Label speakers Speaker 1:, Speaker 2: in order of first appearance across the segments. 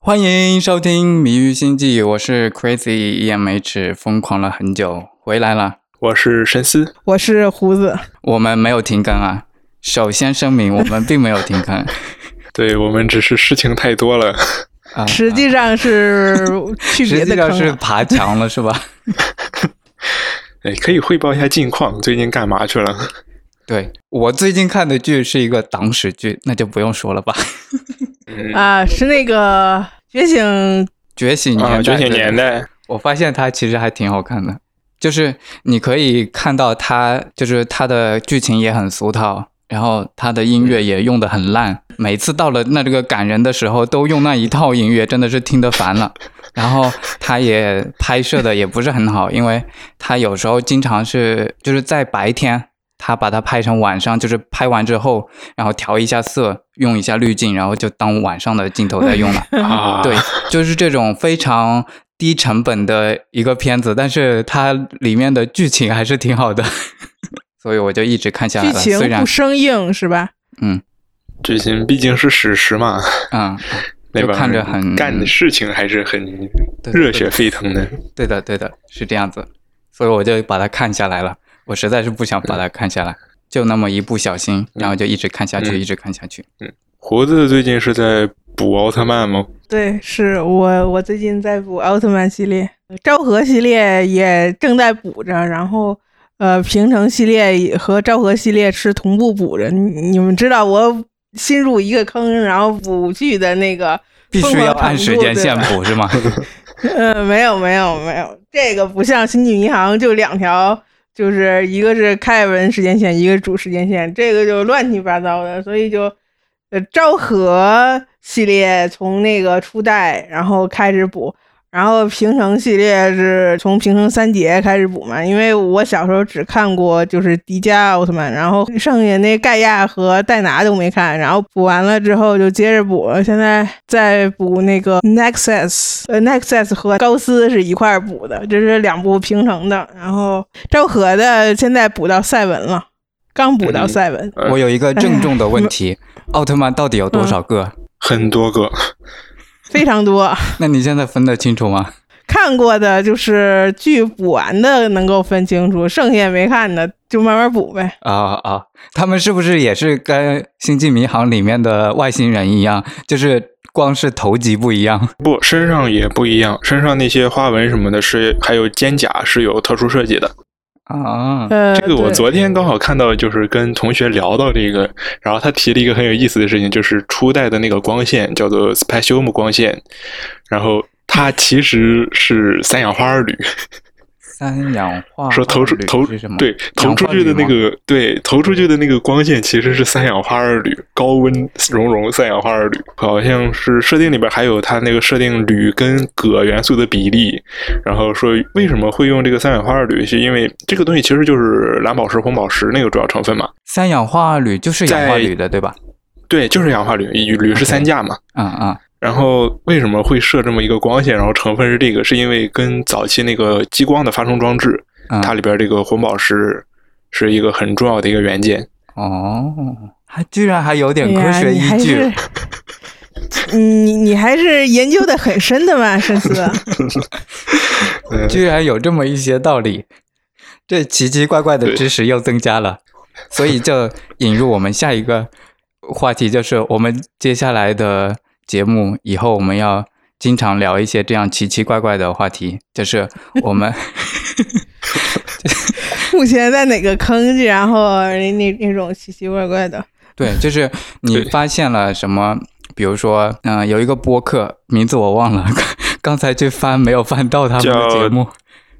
Speaker 1: 欢迎收听《谜语星际》，我是 Crazy EMH，疯狂了很久，回来了。
Speaker 2: 我是神思，
Speaker 3: 我是胡子，
Speaker 1: 我们没有停更啊！首先声明，我们并没有 停更
Speaker 2: 对我们只是事情太多了，
Speaker 1: 啊，
Speaker 3: 实际上是去别
Speaker 1: 实际
Speaker 3: 的
Speaker 1: 上
Speaker 3: 坑啊
Speaker 1: 是
Speaker 3: 了。
Speaker 1: 爬墙了，是 吧？
Speaker 2: 哎，可以汇报一下近况，最近干嘛去了？
Speaker 1: 对我最近看的剧是一个党史剧，那就不用说了吧，《
Speaker 3: 啊，是那个觉醒
Speaker 1: 觉醒年代》
Speaker 2: 啊，觉醒年
Speaker 1: 对
Speaker 2: 代，
Speaker 1: 我发现它其实还挺好看的，就是你可以看到它，就是它的剧情也很俗套，然后它的音乐也用的很烂，每次到了那这个感人的时候，都用那一套音乐，真的是听得烦了。然后它也拍摄的也不是很好，因为它有时候经常是就是在白天。他把它拍成晚上，就是拍完之后，然后调一下色，用一下滤镜，然后就当晚上的镜头再用了。
Speaker 2: 啊，
Speaker 1: 对，就是这种非常低成本的一个片子，但是它里面的剧情还是挺好的， 所以我就一直看下来
Speaker 3: 剧
Speaker 1: 了。虽
Speaker 3: 情
Speaker 1: 然
Speaker 3: 不生硬是吧？
Speaker 2: 最近毕竟是史实嘛，
Speaker 1: 嗯，
Speaker 2: 对吧？
Speaker 1: 就看着很
Speaker 2: 干的事情还是很
Speaker 1: 对
Speaker 2: 热血沸腾的。
Speaker 1: 对的，对的，是这样子，所以我就把它看下来了。我实在是不想把它看下来，就那么一不小心，然后就一直看下去，
Speaker 2: 嗯
Speaker 1: 一直看下去。
Speaker 2: 胡子最近是在补奥特曼吗？
Speaker 3: 对，是我我最近在补奥特曼系列，昭和系列也正在补着，然后呃，平成系列也和昭和系列是同步补着。你你们知道我新入一个坑，然后补剧的那个
Speaker 1: 必须
Speaker 3: 疯
Speaker 1: 要
Speaker 3: 狂
Speaker 1: 按
Speaker 3: 程
Speaker 1: 时
Speaker 3: 度
Speaker 1: 间
Speaker 3: 对
Speaker 1: 线
Speaker 3: 吧
Speaker 1: 补是 吗？
Speaker 3: 嗯，没有没有没有，这个不像《星际迷航》，就两条，就是一个是凯文时间线，一个是主时间线，这个就乱七八糟的，所以就，呃，昭和系列从那个初代然后开始补，然后平成系列是从平成三杰开始补嘛，因为我小时候只看过就是迪迦奥特曼，然后剩下那盖亚和戴拿都没看，然后补完了之后就接着补，现在在补那个 Nexus，呃 Nexus 和高斯是一块儿补的，这是两部平成的，然后昭和的现在补到赛文了，刚补到
Speaker 2: 嗯
Speaker 3: 赛文，
Speaker 2: 哎
Speaker 1: 我有一个郑重的问
Speaker 3: 哎
Speaker 1: 题：奥特曼到底有多少个？
Speaker 3: 嗯
Speaker 2: 很多个，
Speaker 3: 非常多。
Speaker 1: 那你现在分得清楚吗？
Speaker 3: 看过的就是剧补完的能够分清楚，剩下没看的就慢慢补呗。
Speaker 1: 啊啊！他们是不是也是跟《星际迷航》里面的外星人一样，就是光是头级不一样？
Speaker 2: 不，身上也不一样，身上那些花纹什么的是，还有肩甲是有特殊设计的。
Speaker 1: 啊，
Speaker 3: 呃，
Speaker 2: 这个我
Speaker 3: 对
Speaker 2: 昨天刚好看到，就是跟同学聊到这个，然后他提了一个很有意思的事情，就是初代的那个光线叫做 Specium 光线，然后它其实是三氧化二铝，
Speaker 1: 三氧化
Speaker 2: 说投出
Speaker 1: 铝
Speaker 2: 投
Speaker 1: 啊是什么？
Speaker 2: 对投出去的那
Speaker 1: 氧化铝吗嗯
Speaker 2: 个对投出去的那个光线其实是三氧化二铝，高温熔融三氧化二铝，好像是设定里边还有它那个设定铝跟铬元素的比例，然后说为什么会用这个三氧化二铝，是因为这个东西其实就是蓝宝石、红宝石那个主要成分嘛。
Speaker 1: 三氧化铝就是氧化
Speaker 2: 在
Speaker 1: 铝的，对吧？
Speaker 2: 对，就是氧化铝，铝铝是三价嘛。
Speaker 1: 嗯嗯
Speaker 2: 然后为什么会设这么一个光线？然后成分是这个，是因为跟早期那个激光的发生装置，
Speaker 1: 嗯，
Speaker 2: 它里边这个红宝石是一个很重要的一个元件。
Speaker 1: 哦，还居然还有点
Speaker 3: 哎
Speaker 1: 科
Speaker 3: 呀
Speaker 1: 学
Speaker 3: 你
Speaker 1: 依
Speaker 3: 还
Speaker 1: 据
Speaker 3: 是， 你你还是研究的很深的嘛，深思。
Speaker 2: 嗯，
Speaker 1: 居然有这么一些道理，这奇奇怪怪的
Speaker 2: 对
Speaker 1: 知识又增加了，所以就引入我们下一个话题，就是我们接下来的节目以后我们要经常聊一些这样奇奇怪怪的话题，就是我 们
Speaker 3: 目前在哪个坑？然后那那那种奇奇怪怪的，
Speaker 1: 对，就是你
Speaker 2: 对
Speaker 1: 发现了什么，比如说，嗯、有一个播客名字我忘了， 刚才去翻没有翻到他们的节
Speaker 2: 叫
Speaker 1: 目。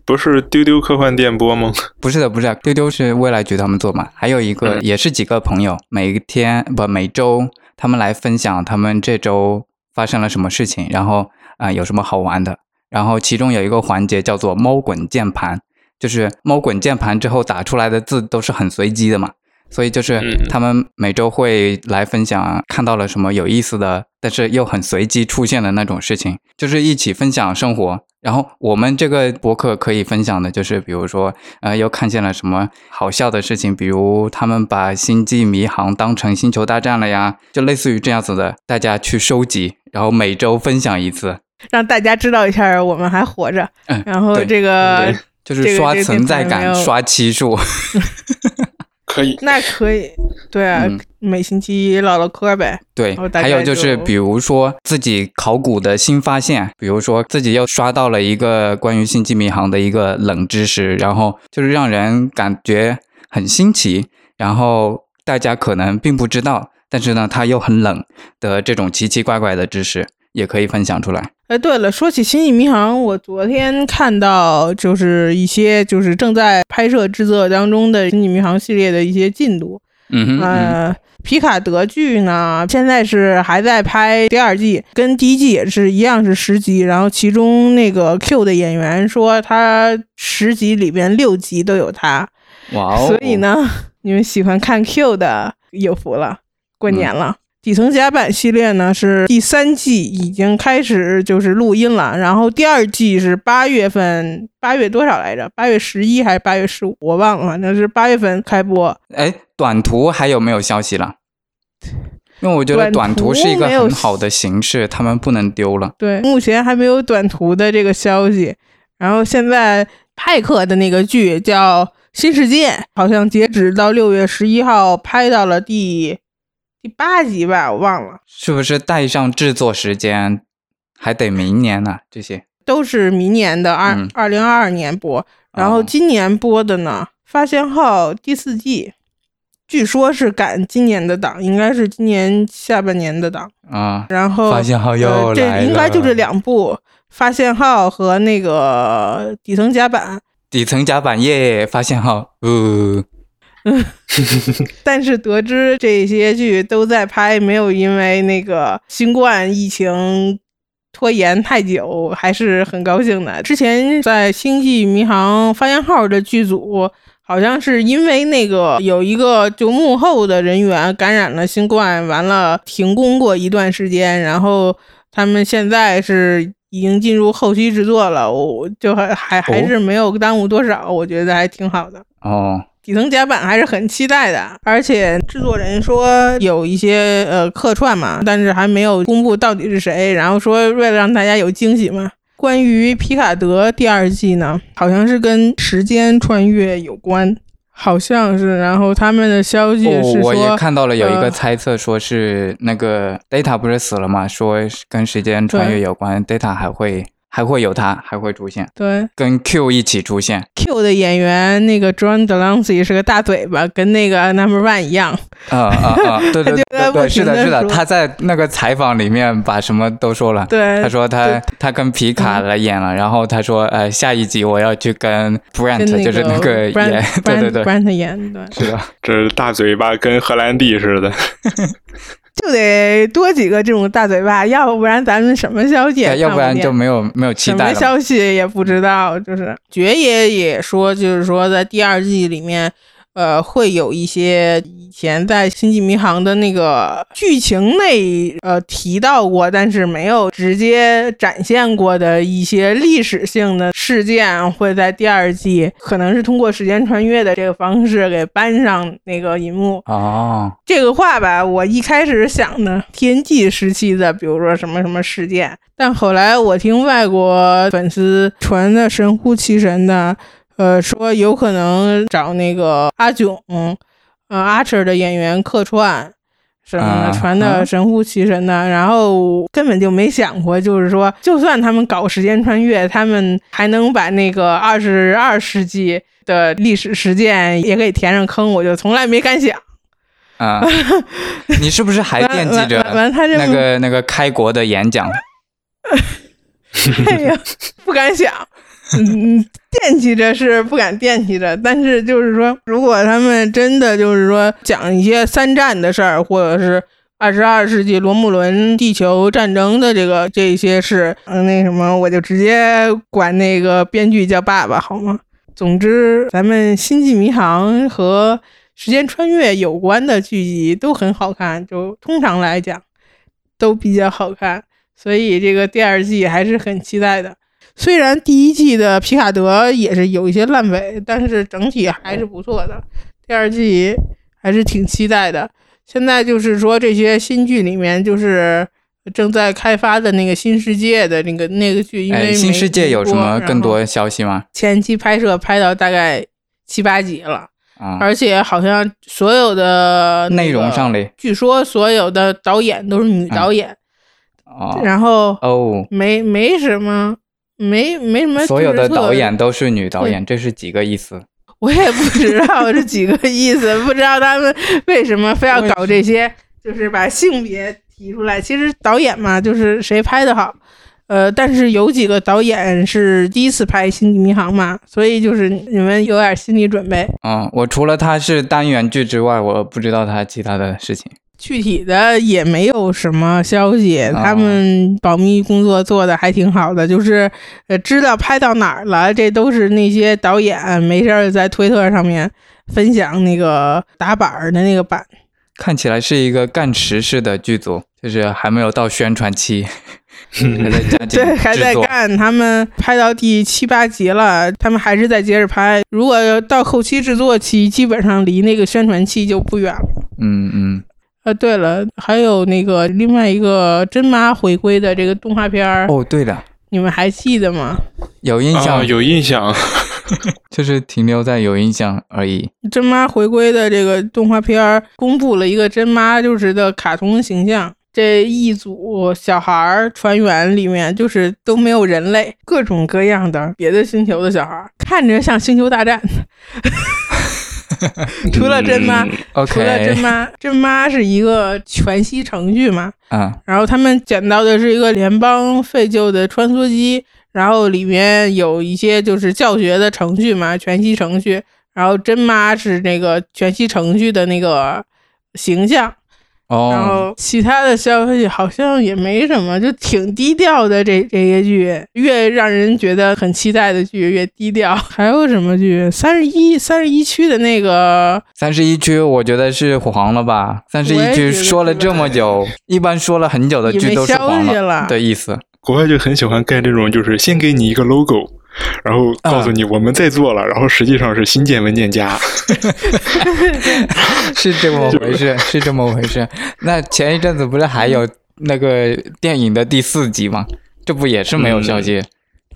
Speaker 2: 不是丢丢科幻电波吗？
Speaker 1: 不是的，不是的，丢丢是未来局他们做嘛，还有一个、也是几个朋友，每天不每周他们来分享他们这周发生了什么事情，然后啊、呃有什么好玩的，然后其中有一个环节叫做猫滚键盘，就是猫滚键盘之后打出来的字都是很随机的嘛，所以就是
Speaker 2: 嗯
Speaker 1: 他们每周会来分享看到了什么有意思的，但是又很随机出现的那种事情，就是一起分享生活。然后我们这个博客可以分享的就是，比如说，呃，又看见了什么好笑的事情，比如他们把《星际迷航》当成《星球大战》了呀，就类似于这样子的，大家去收集，然后每周分享一次，
Speaker 3: 让大家知道一下我们还活着。
Speaker 1: 嗯
Speaker 3: 然后
Speaker 1: 对
Speaker 3: 这个
Speaker 2: 对
Speaker 1: 就是
Speaker 3: 这个
Speaker 1: 刷
Speaker 3: 这个
Speaker 1: 存在
Speaker 3: 这个
Speaker 1: 感、
Speaker 3: 没有
Speaker 1: 刷期数。
Speaker 2: 可以，
Speaker 3: 那可以，对啊，
Speaker 1: 嗯
Speaker 3: 每星期一唠唠嗑呗。
Speaker 1: 对
Speaker 3: 然后，哦大
Speaker 1: 还有
Speaker 3: 概
Speaker 1: 就是，
Speaker 3: 就
Speaker 1: 比如说自己考古的新发现，比如说自己又刷到了一个关于星际迷航的一个冷知识，然后就是让人感觉很新奇，然后大家可能并不知道，但是呢，它又很冷的这种奇奇怪怪的知识，也可以分享出来。
Speaker 3: 哎，对了，说起《星际迷航》，我昨天看到就是一些就是正在拍摄制作当中的《星际迷航》系列的一些进度。
Speaker 1: 嗯哼，嗯
Speaker 3: 呃，皮卡德剧呢，现在是还在拍第二季，跟第一季也是一样是十集。然后其中那个 Q 的演员说，他十集里边六集都有他。
Speaker 1: 哇哦！
Speaker 3: 所以，呢， 你们喜欢看 Q 的有福了，过年了。
Speaker 1: 嗯
Speaker 3: 底层甲板系列呢是第三季已经开始就是录音了，然后第二季是八月份，八月多少来着？八月十一还是八月十五？我忘了，反正是八月份开播。
Speaker 1: 哎，短途还有没有消息了？因为我觉得短
Speaker 3: 短
Speaker 1: 途
Speaker 3: 途
Speaker 1: 是一个
Speaker 3: 没有
Speaker 1: 很好的形式，他们不能丢了。
Speaker 3: 对，目前还没有短途的这个消息。然后现在派克的那个剧叫《新世界》，好像截止到六月十一号拍到了第第八集吧，我忘了。
Speaker 1: 是不是带上制作时间，还得明年呢、这些
Speaker 3: 都是明年的二
Speaker 1: 嗯
Speaker 3: 二零二二年播，然后
Speaker 1: 哦
Speaker 3: 今年播的呢，发现号》第四季，据说是赶今年的档，应该是今年下半年的档。
Speaker 1: 啊、
Speaker 3: 然后
Speaker 1: 发现号又来
Speaker 3: 呃，这应该就这
Speaker 1: 了
Speaker 3: 两部，《发现号》和那个《底层甲板》。
Speaker 1: 底层甲板耶，发现号，呃，
Speaker 3: 但是得知这些剧都在拍，没有因为那个新冠疫情拖延太久，还是很高兴的。之前在《星际迷航》发现号的剧组，好像是因为那个有一个就幕后的人员感染了新冠，完了停工过一段时间，然后他们现在是。已经进入后期制作了，我就还还还是没有耽误多少，我觉得还挺好的。
Speaker 1: 哦，
Speaker 3: 底层甲板还是很期待的，而且制作人说有一些呃客串嘛，但是还没有公布到底是谁。然后说为了让大家有惊喜嘛。关于皮卡德第二季呢，好像是跟时间穿越有关，好像是。然后他们的消息
Speaker 1: 哦
Speaker 3: 是
Speaker 1: 我
Speaker 3: 说，
Speaker 1: 也看到了有一个
Speaker 3: 呃
Speaker 1: 猜测，说是那个 Data 不是死了嘛，说是跟时间穿越有关，Data 还会还会有他，还会出现，
Speaker 3: 对
Speaker 1: 跟 Q 一起出现，
Speaker 3: Q 的演员那个 John Delancey 是个大嘴巴，跟那个 Number One 一样。
Speaker 1: 啊啊啊，对对
Speaker 3: 他就
Speaker 1: 对
Speaker 3: 在不
Speaker 1: 对，是
Speaker 3: 停地
Speaker 1: 的，是的，
Speaker 3: 说
Speaker 1: 他在那个采访里面把什么都说了，
Speaker 3: 对，
Speaker 1: 他说他
Speaker 3: 呃对
Speaker 1: 他跟皮卡来演了，然后他说呃下一集我要去跟 Brent，
Speaker 3: 跟那
Speaker 1: 就是那个
Speaker 3: Brand
Speaker 1: 演， 对对
Speaker 3: Brand
Speaker 1: 对，
Speaker 3: Brand 演对。
Speaker 1: 是 的，
Speaker 2: 这大嘴巴跟荷兰弟似的，
Speaker 3: 就得多几个这种大嘴巴，要不然咱们什么消息也
Speaker 1: 对要
Speaker 3: 看
Speaker 1: 不然
Speaker 3: 见
Speaker 1: 就没有没有期
Speaker 3: 什
Speaker 1: 待
Speaker 3: 么
Speaker 1: 了嘛。
Speaker 3: 消息也不知道。就是爵爷也说，就是说在第二季里面，呃，会有一些以前在《星际迷航》的那个剧情内呃提到过，但是没有直接展现过的一些历史性的事件，会在第二季可能是通过时间穿越的这个方式给搬上那个银幕。
Speaker 1: 哦，
Speaker 3: 这个话吧，我一开始想的 TNG 时期的，比如说什么什么事件，但后来我听外国粉丝传的神乎其神的，呃，说有可能找那个阿囧，嗯、呃，阿 r 的演员客串什么
Speaker 1: 啊
Speaker 3: 的，传的神乎其神的，然后根本就没想过，就是说，就算他们搞时间穿越，他们还能把那个二十二世纪的历史事件也给填上坑，我就从来没敢想。
Speaker 1: 啊，你是不是还惦记
Speaker 3: 完完完
Speaker 1: 着
Speaker 3: 完他这
Speaker 1: 那个那个开国的演讲？
Speaker 3: 哎呀，不敢想。嗯，惦记着是不敢惦记着，但是就是说，如果他们真的就是说讲一些三战的事儿，或者是二十二世纪罗姆伦地球战争的这个这些事，嗯，那什么，我就直接管那个编剧叫爸爸好吗？总之，咱们《星际迷航》和《时间穿越有关的剧集都很好看，就通常来讲都比较好看，所以这个第二季还是很期待的。虽然第一季的皮卡德也是有一些烂尾，但是整体还是不错的。第二季还是挺期待的。现在就是说这些新剧里面，就是正在开发的那个新世界的那个那个剧，因为
Speaker 1: 哎，
Speaker 3: 没
Speaker 1: 新世界有什么更
Speaker 3: 播？
Speaker 1: 多
Speaker 3: 然后
Speaker 1: 消息吗？
Speaker 3: 前期拍摄拍到大概七八集了，
Speaker 1: 啊、
Speaker 3: 而且好像所有的
Speaker 1: 内
Speaker 3: 那个
Speaker 1: 容上嘞，
Speaker 3: 据说所有的导演都是女导演，
Speaker 1: 哦
Speaker 3: 然后
Speaker 1: 哦，
Speaker 3: 没没什么，没没什么。
Speaker 1: 所有的导演，都是女导演，这是几个意思？
Speaker 3: 我也不知道这几个意思，不知道他们为什么非要搞 这些，就是把性别提出来。其实导演嘛，就是谁拍的好。呃，但是有几个导演是第一次拍《星际迷航》嘛，所以就是你们有点心理准备。
Speaker 1: 嗯，我除了他是单元剧之外，我不知道他其他的事情。
Speaker 3: 具体的也没有什么消息，
Speaker 1: 哦
Speaker 3: 他们保密工作做的还挺好的，就是呃知道拍到哪儿了，这都是那些导演没事儿在推特上面分享那个打板儿的那 个版。
Speaker 1: 看起来是一个干实事的剧组，就是还没有到宣传期，还在加紧
Speaker 3: 对，还
Speaker 1: 制
Speaker 3: 在
Speaker 1: 作。
Speaker 3: 干。他们拍到第七八集了，他们还是在接着拍。如果到后期制作期，基本上离那个宣传期就不远了。
Speaker 1: 嗯嗯，
Speaker 3: 呃，对了，还有那个另外一个真妈回归的这个动画片儿，
Speaker 1: 哦，对的，
Speaker 3: 你们还记得吗？
Speaker 1: 哦有印象，
Speaker 2: 啊，有印象，
Speaker 1: 就是停留在有印象而已。
Speaker 3: 真妈回归的这个动画片儿公布了一个真妈就是的卡通形象。这一组小孩儿船员里面，就是都没有人类，各种各样的别的星球的小孩儿，看着像《星球大战》，除了真妈，
Speaker 2: 嗯
Speaker 3: 除了真
Speaker 1: OK，
Speaker 3: 妈，真妈是一个全息程序嘛，
Speaker 1: 嗯，
Speaker 3: 然后他们捡到的是一个联邦废旧的穿梭机，然后里面有一些就是教学的程序嘛，全息程序。然后真妈是那个全息程序的那个形象，然
Speaker 1: 哦，
Speaker 3: 后其他的消息好像也没什么，就挺低调的这。这些剧越让人觉得很期待的剧越低调。 还有什么剧？三十一三十一区的那个
Speaker 1: 三十一区我觉得是黄了吧？三十
Speaker 3: 我也
Speaker 1: 一
Speaker 3: 觉
Speaker 1: 区
Speaker 3: 得
Speaker 1: 说了这么久，一般说了很久的
Speaker 3: 也
Speaker 1: 剧
Speaker 3: 没
Speaker 1: 都是
Speaker 3: 消
Speaker 1: 黄
Speaker 3: 息了
Speaker 1: 的意思。
Speaker 2: 国外就很喜欢干这种，就是先给你一个 logo，然后
Speaker 1: 啊
Speaker 2: 告诉你我们在做了，然后实际上是新建文件夹。
Speaker 1: 是这么回事，是这么回事。那前一阵子不是还有那个电影的第四集吗？这不也是没有消息，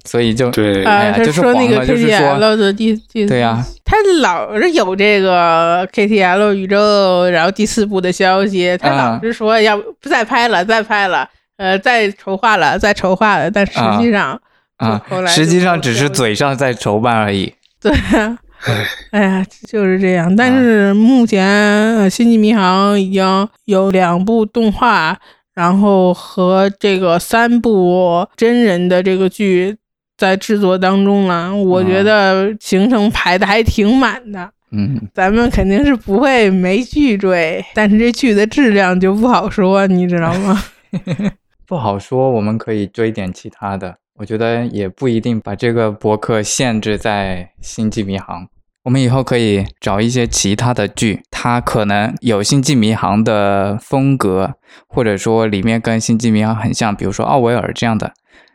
Speaker 1: 所以就
Speaker 2: 对，
Speaker 1: 哎
Speaker 3: 啊，
Speaker 1: 呀
Speaker 3: 他
Speaker 1: 就是
Speaker 3: 说那
Speaker 1: 黄
Speaker 3: 个
Speaker 1: 了就是说
Speaker 3: KTL 的第第
Speaker 1: 对呀
Speaker 3: 他老是有这个 KTL 宇宙，然后第四部的消息，他
Speaker 1: 啊
Speaker 3: 老是说要不再拍了，再拍了，呃，再筹划了，再筹划了，但实际上
Speaker 1: 啊
Speaker 3: 就后，来就
Speaker 1: 实际上只
Speaker 3: 没
Speaker 1: 是
Speaker 3: 有消息
Speaker 1: 嘴上在筹办而已。
Speaker 3: 对啊，哎呀，就是这
Speaker 1: 啊
Speaker 3: 样。但是目前呃《星际迷航》已经有两部动画，然后和这个三部真人的这个剧在制作当中了。我
Speaker 1: 啊
Speaker 3: 觉得行程排的还挺满的。
Speaker 1: 嗯，
Speaker 3: 咱们肯定是不会没剧追，但是这剧的质量就不好说，你知道吗？
Speaker 1: 不好说，我们可以追点其他的。我觉得也不一定把这个博客限制在《星际迷航》。我们以后可以找一些其他的剧，它可能有《星际迷航》的风格，或者说里面跟《星际迷航》很像，比如说奥维尔这样的，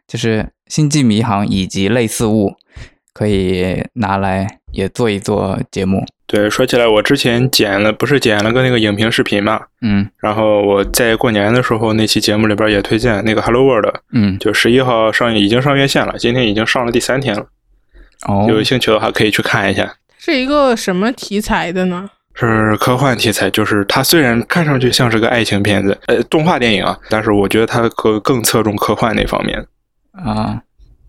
Speaker 1: 就是《星际迷航》以及类似物，可以拿来也做一做节目。
Speaker 2: 对，说起来，我之前剪了，不是剪了个那个影评视频嘛，
Speaker 1: 嗯
Speaker 2: 然后我在过年的时候那期节目里边也推荐那个 Hello World，
Speaker 1: 嗯，
Speaker 2: 就十一号上已经上院线了，今天已经上了第三天了，
Speaker 1: 哦，
Speaker 2: 有兴趣的话可以去看一下。
Speaker 3: 是一个什么题材的呢？
Speaker 2: 是科幻题材，就是它虽然看上去像是个爱情片子，呃，动画电影啊，但是我觉得它可更侧重科幻那方面。
Speaker 1: 啊，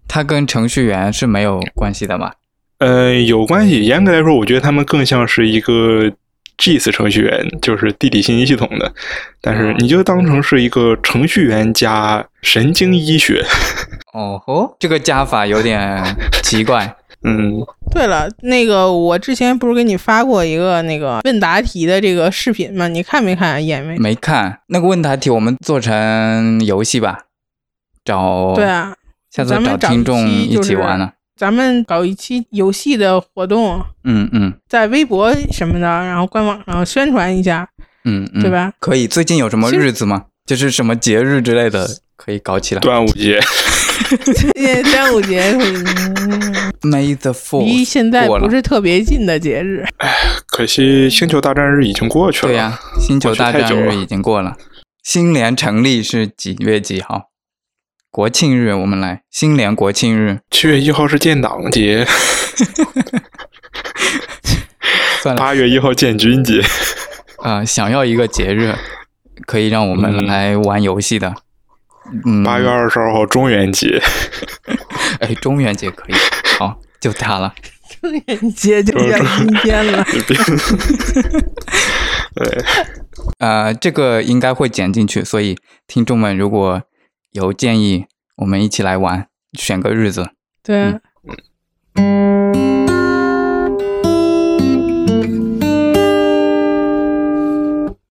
Speaker 1: 它跟程序员是没有关系的吧？
Speaker 2: 呃，有关系。严格来说，我觉得他们更像是一个 GIS 程序员，就是地理信息系统的。但是你就当成是一个程序员加神经医学。
Speaker 1: 哦吼，这个加法有点奇怪。
Speaker 2: 嗯，
Speaker 1: 哦
Speaker 3: 对了，那个我之前不是给你发过一个那个问答题的这个视频吗？你看没看啊？眼没？
Speaker 1: 没看那个问答题，我们做成游戏吧，找
Speaker 3: 对，啊，
Speaker 1: 下次
Speaker 3: 咱们找
Speaker 1: 听众
Speaker 3: 一期
Speaker 1: 一
Speaker 3: 就
Speaker 1: 起
Speaker 3: 是
Speaker 1: 玩了。
Speaker 3: 咱们搞一期游戏的活动，
Speaker 1: 嗯嗯
Speaker 3: 在微博什么的，然后官网上宣传一 下，
Speaker 1: 嗯嗯，
Speaker 3: 对？吧？
Speaker 1: 可以，最近有什么日子吗？就是什么节日之类的，可以搞起来。
Speaker 2: 端午节，
Speaker 3: 最近端午节嗯
Speaker 1: May the Fourth，
Speaker 3: 离现在
Speaker 1: 过了
Speaker 3: 不是特别近的节日，
Speaker 2: 可惜星球大战日已经过去了。
Speaker 1: 对呀、星球大
Speaker 2: 过
Speaker 1: 战
Speaker 2: 去太久
Speaker 1: 日
Speaker 2: 了
Speaker 1: 已经过了，新联成立是几月几号？国庆日，我们来新联国庆日，
Speaker 2: 七月一号是建党节，
Speaker 1: 算了
Speaker 2: 八月一号建军节。
Speaker 1: 啊、呃想要一个节日可以让我们
Speaker 2: 嗯
Speaker 1: 来玩游戏的。嗯，
Speaker 2: 八月二十二号中 元节，
Speaker 1: 哎，中元节 可以，好，就它了。
Speaker 3: 中元节就要今天了。
Speaker 2: 对，
Speaker 1: 呃，这个应该会剪进去，所以听众们如果有
Speaker 3: 啊
Speaker 1: 建议，我们一起来玩，选个日子。
Speaker 3: 对，